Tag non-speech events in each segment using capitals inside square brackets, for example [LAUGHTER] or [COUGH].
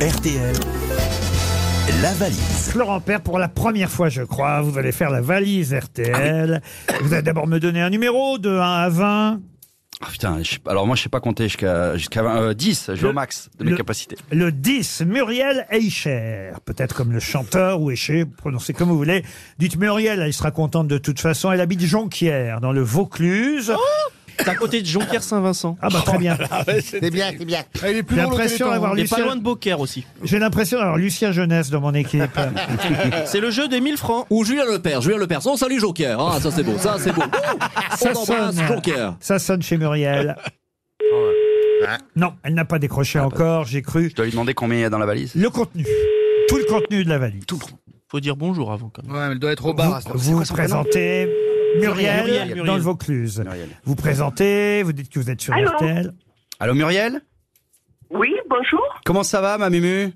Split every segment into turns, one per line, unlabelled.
RTL, la valise.
Florent Père, pour la première fois, je crois, vous allez faire la valise RTL. Vous allez d'abord me donner un numéro de 1 à 20.
Ah, putain, je sais pas- alors moi je sais pas compter jusqu'à jusqu'à vingt- euh, 10, je vais
Le-
au max de mes
le-
capacités.
Le 10, Muriel Eicher. Peut-être comme le chanteur ou Eicher, prononcez comme vous voulez. Dites Muriel, elle sera contente de toute façon. Elle habite Jonquière, dans le Vaucluse.
C'est à côté de Jonquière Saint-Vincent.
ah bah très
[LAUGHS]
bien.
C'est bien, c'est bien.
Ah,
J'ai l'impression d'avoir
On est pas
Lucien-
loin de Beaucaire aussi.
j'ai l'impression d'avoir Lucien Jeunesse dans mon
[LAUGHS]
équipe. Euh.
C'est le jeu des 1000 francs.
Ou Julien Lepers, Julien Lepers. On salue Joker. Ah, ça c'est beau, ça c'est beau. Ouh,
Ça
on embrasse
sonne.
Joker.
Ça sonne chez Muriel.
Ah
Non, elle n'a pas décroché
bah.
encore, j'ai cru.
Je dois lui demander combien il y a dans la valise.
Le contenu. Tout le contenu de la valise.
Faut dire bonjour avant quand même.
Ouais, elle doit être au bar.
Vous vous présentez Muriel,
Muriel,
dans
Muriel.
le Vaucluse.
Muriel.
Vous présentez, vous dites que vous êtes sur
Allô
RTL.
Allô Muriel
Oui, bonjour.
Comment ça va ma Mimu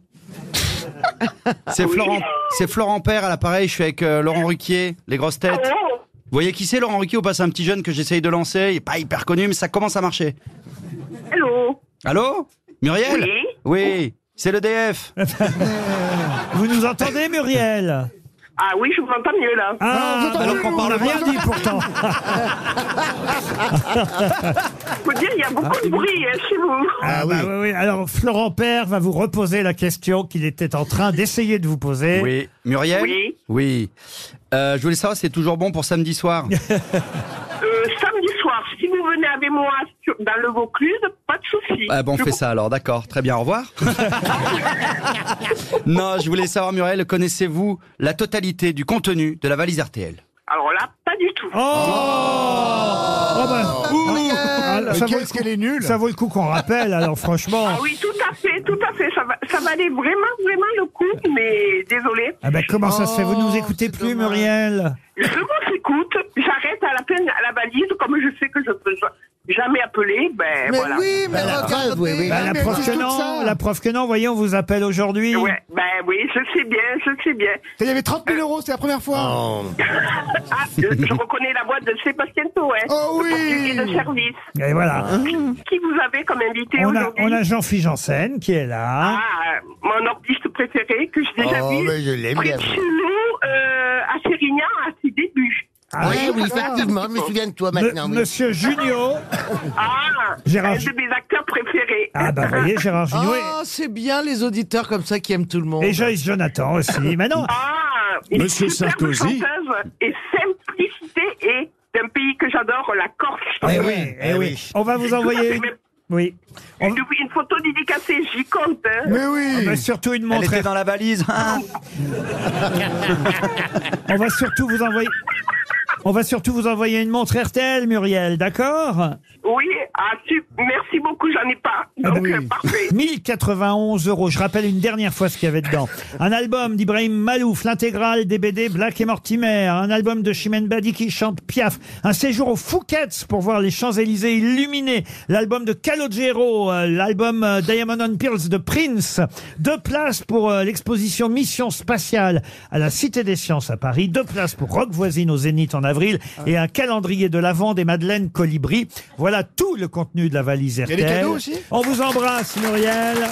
Ah
C'est Florent, c'est Florent Père à l'appareil, je suis avec euh, Laurent Ruquier, les grosses
Ah
têtes. Vous
Oh,
voyez qui c'est Laurent Ruquier ou pas C'est un petit jeune que j'essaye de lancer, il est pas hyper connu mais ça commence à marcher.
allô
Allô Muriel
Oui.
Oui, c'est le DF.
Vous nous entendez, Muriel
Ah oui, je vous entends mieux là.
Ah, alors qu'on parle rien dit pourtant.
Faut dire, il y a beaucoup de bruit hein, chez vous.
Ah, bah, oui, oui. Alors, Florent Père va vous reposer la question qu'il était en train d'essayer de vous poser.
Oui, Muriel
Oui.
Oui. Euh, je voulais savoir, c'est toujours bon pour samedi soir
Euh, samedi soir, si vous venez avec moi sur- dans le Vaucluse, pas de souci.
Ah bon, on
Je
fait
vous-
ça alors, d'accord. Très bien, au revoir. non, je voulais savoir, Muriel, connaissez-vous la totalité du contenu de la valise RTL
Alors là, pas du tout.
Oh, Oh, bah, ah, ça, vaut le
Qu'est-ce
coup,
qu'elle est nulle
ça vaut le coup qu'on rappelle, alors franchement.
Ah oui, tout à fait, tout à fait. Ça, va, ça valait vraiment, vraiment le coup, mais désolé.
Ah bah, comment ça se fait Vous ne nous écoutez plus, Muriel
Je vous écoute, j'arrête à la peine à la valise, comme je sais que je peux jamais appeler, ben
Mais
voilà.
oui, mais regarde, oui, oui.
Bah, La preuve que non, la preuve que non. Voyez, on vous appelle aujourd'hui.
Ouais, ben oui, je sais bien, je sais bien.
Il y avait 30 000 euros, c'est la première fois.
[LAUGHS] Ah, je, je reconnais la voix de Sébastien Toé,
Oh oui. Ah.
le portugais de service.
Et voilà.
Qui vous avez comme invité
On a,
aujourd'hui
on a Jean-Philippe Janssen qui est là.
Ah, mon artiste préféré que j'ai déjà
Oh,
vu
mais je l'aime
près
bien,
de
moi.
chez nous, euh, à Sérignan, à ses débuts.
Ah
oui, oui, effectivement, je me souviens de toi
Me-
maintenant. oui.
Monsieur Junio.
Ah,
Gérard
un
Ju-
de mes acteurs préférés.
Ah bah voyez, Gérard Junio et-
Ah, c'est bien les auditeurs comme ça qui aiment tout le
Oh.
monde.
et Joyce Jonathan aussi. Maintenant,
Ah, une
Monsieur
superbe
Sarkozy.
chanteuse Et simplicité et d'un pays que j'adore, la Corse.
eh oui, eh oui. On va vous envoyer une... Oui. On-
Une, une photo dédicacée, j'y compte. hein.
Mais oui.
on va surtout une
Elle
montre.
était dans la valise. hein
On va surtout vous envoyer... On va surtout vous envoyer une montre RTL, Muriel, d'accord
Oui, ah, tu- merci beaucoup, j'en ai pas.
Ah
Donc,
bah oui.
euh, parfait.
1091 euros. Je rappelle une dernière fois ce qu'il y avait dedans. Un album d'Ibrahim Malouf, l'intégrale des BD Black et Mortimer. Un album de Chimène Badi qui chante Piaf. Un séjour aux Fouquet's pour voir les Champs-Élysées illuminés. L'album de Calogero. euh, L'album euh, Diamond and Pearls de Prince. Deux places pour euh, l'exposition Mission Spatiale à la Cité des Sciences à Paris. Deux places pour Rock Voisine au Zénith en avril. Et un calendrier de l'Avent des Madeleines Colibri. Voilà tout le contenu de la valise RTL.
cadeaux aussi
On vous embrasse, Muriel.